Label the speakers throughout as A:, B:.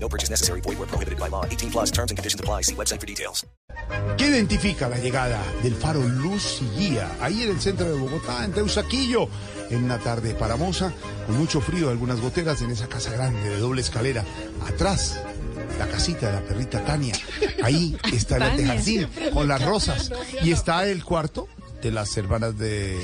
A: No purchase necessary. Void where prohibited by law. 18 plus terms and conditions apply. See website for details.
B: ¿Qué identifica la llegada del faro Luz y Guía? Ahí en el centro de Bogotá, en Teusaquillo, en una tarde paramosa, con mucho frío, algunas goteras en esa casa grande de doble escalera. Atrás, la casita de la perrita Tania. Ahí está el antejardín con las rosas. Y está el cuarto de las hermanas de...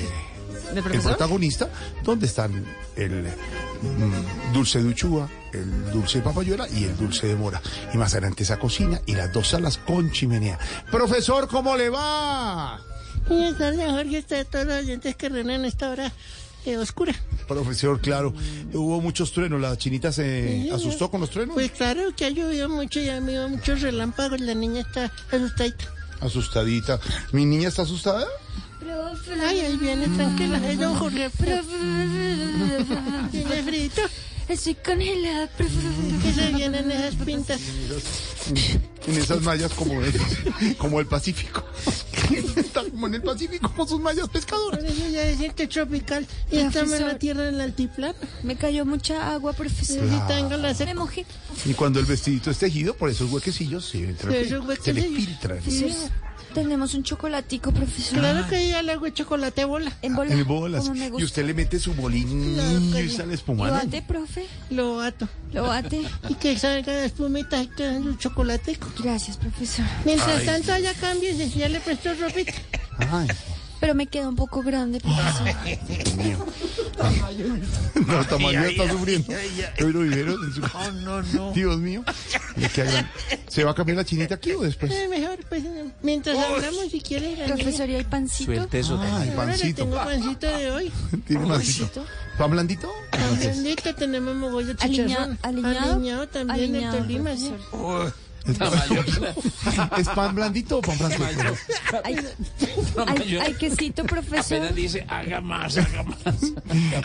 B: El protagonista, donde están el mm, dulce de Uchúa, el dulce de papayuela y el dulce de mora. Y más adelante esa cocina y las dos salas con chimenea. Profesor, ¿cómo le va?
C: Buenas tardes, Jorge. Está de todos los oyentes que reúnen en esta hora eh, oscura.
B: Profesor, claro, hubo muchos truenos. ¿La chinita se asustó con los truenos?
C: Pues claro que ha llovido mucho y ha habido muchos relámpagos. La niña está asustadita.
B: Asustadita. ¿Mi niña está asustada?
C: Ay, ahí viene, tranquila. Ay, don Jorge, pero tiene frito.
D: Estoy congelada, profe.
C: Que se vienen esas pintas.
B: En esas mallas como, esas, como el Pacífico. Está como en el Pacífico, como sus mallas pescadoras.
C: Por eso ya se siente tropical. Y estamos en la
D: Profesor.
C: tierra del altiplano.
D: Me cayó mucha agua, profesor.
C: Y tengo la
D: Me
C: seca.
D: mojé.
B: Y cuando el vestidito es tejido, por esos huequecillos se, entra-
C: Por esos
B: se le
C: huequecillos.
B: filtran.
D: Tenemos un chocolatico, profesor.
C: Claro que ya le hago chocolate bola.
D: En bola.
B: Ah, En bolas.
D: Como me gusta.
B: Y usted le mete su bolín
C: Claro que
B: y
C: sí.
B: sale
D: Lo
B: espumando.
D: bate, profe.
C: Lo ato.
D: Lo bate.
C: Y que salga la espumita y que un chocolateco.
D: Gracias, profesor.
C: Mientras tanto, ya cambies. Ya le presto ropita.
B: Ay,
D: Pero me queda un poco grande, profesor.
B: Dios mío. No, Tamayo está sufriendo. Hoy lo vivieron en su casa.
E: No, no.
B: Dios mío. Le quedan- ¿Se va a cambiar la chinita aquí o después?
C: Eh, mejor, pues, eh, mientras hablamos, si quieres. Daniela.
D: profesor, ¿y el pancito?
E: Suelte eso.
B: Ay,
C: Ahora le
B: pancito.
C: tengo pancito de hoy.
B: Tiene pancito. ¿Pan blandito?
C: Blandito, tenemos mogollón de
D: Aliña-
C: chicharrón.
D: aliñado.
C: Aliñado también en
D: Aliñado,
C: Tolima, sí.
D: profesor.
B: ¿Es pan blandito o pan blandito?
D: Hay, hay,
E: Tamayo.
D: hay quesito, profesor.
E: Apenas dice, haga más, haga más.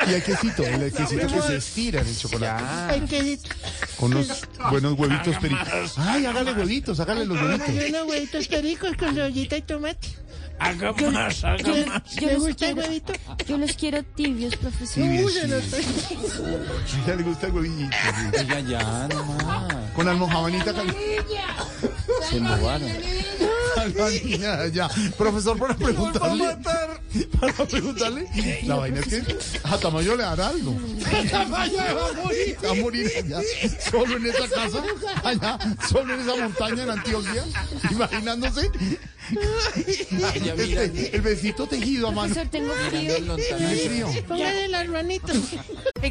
B: Y el quesito, el quesito que se estira en el chocolate.
C: Ay, quesito.
B: Con unos buenos huevitos peritos. Ay, hágale huevitos, hágale los
C: Y
B: huevitos.
C: unos huevitos pericos con cebollita y tomate.
E: Haga más, haga
D: Yo,
E: más.
D: yo
C: ¿Le
D: los
C: gusta el
D: quiero,
C: huevito?
D: yo los quiero tibios, profesor.
B: Tibios.
C: Uy, se los traigo.
B: Ya le gusta el huevito.
E: Oiga, ya, nomás.
B: Con almojabanita caliente.
E: Se enojaron.
B: Ya, ya. Profesor, para preguntarle. Para preguntarle. La vaina es que a Tamayo le hará algo. Tamayo va a morir. Va a morir allá, Solo en esa casa. Allá. Solo en esa montaña en Antioquia. Imaginándose. Este, el besito tejido a mano.
D: Profesor, tengo frío.
B: Tiene frío.
C: Póngale las manitas.
F: Hey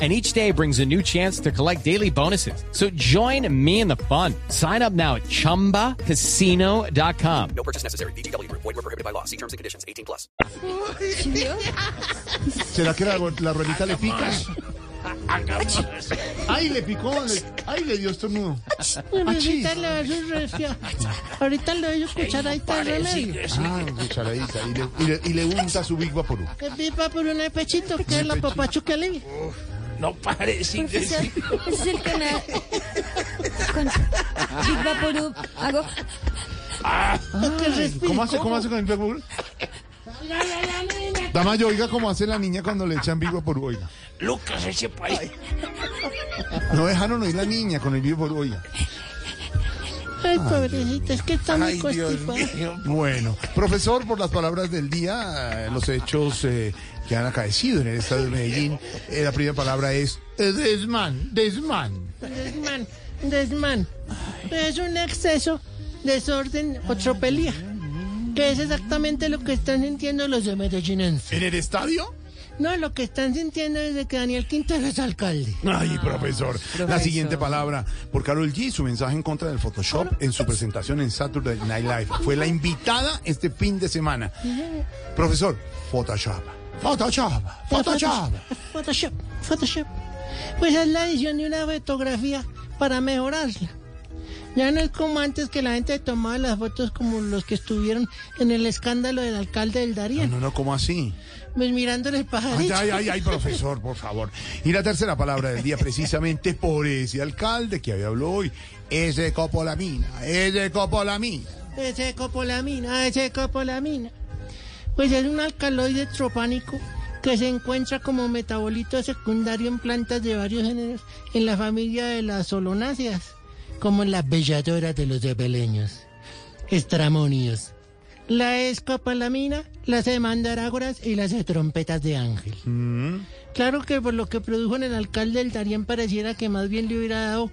F: And each day brings a new chance to collect daily bonuses. So join me in the fun. Sign up now at chumbacasino.com.
A: No purchase necessary. BGW. Void were prohibited by law. See terms and conditions. 18 plus.
D: ¿Sí vio?
B: ¿Será que la, la ruedita le pica?
E: Haga más.
B: Ay, le picó. le- ay, le dio estornudo.
C: Ahorita le va a su resfriado. Ahorita le doy su cucharadita de remedio.
E: Parece
B: Ah, cucharadita. Y le, y le, y le unta su Big Vaporú.
C: Que pipa por un pechito, que es la papachu que alivia.
E: que- No parece que
D: Profesor,
E: sí.
D: ese es el canal. Con Big Vaporub hago.
C: Que respire.
B: ¿Cómo hace, cómo hace con el Big Vaporú? Damayo, oiga cómo hace la niña cuando le echan Big Vaporú, oiga.
E: Lucas, ese país.
B: No dejaron oír la niña con el Big Vaporú, oiga.
C: Ay, pobrecita, es que está muy constipada.
B: Bueno, profesor, por las palabras del día, eh, los hechos eh, que han acaecido en el estado de Medellín, eh, la primera palabra es eh, desmán, desmán.
C: Desmán, desmán. Es un exceso, desorden o tropelía. Que es exactamente lo que están sintiendo los de Medellín.
B: ¿En el estadio?
C: No, lo que están sintiendo desde que Daniel Quintero es alcalde.
B: Ay, profesor. La
D: profesor.
B: siguiente palabra por Carol G, su mensaje en contra del Photoshop en su presentación en Saturday Night Live. Fue la invitada este fin de semana. Profesor, Photoshop. Photoshop. Photoshop.
C: Photoshop, Photoshop. Pues es la edición de una fotografía para mejorarla. Ya no es como antes que la gente tomaba las fotos como los que estuvieron en el escándalo del alcalde del
B: No,
C: Darien,
B: no, no, ¿cómo así?
C: pues mirándole el
B: Ay,
C: pajarito.
B: ay, ay, ay, profesor, por favor. Y la tercera palabra del día, precisamente por ese alcalde que había hablado hoy, es de copolamina, es de copolamina.
C: Ese copolamina, ese copolamina. Pues es un alcaloide tropánico que se encuentra como metabolito secundario en plantas de varios géneros en la familia de las solonáceas, como en las belladoras de los epeleños, estramonios, la escopolamina, las hemandarágoras y las trompetas de ángel.
B: Mm.
C: Claro que por lo que produjo en el alcalde del Darién pareciera que más bien le hubiera dado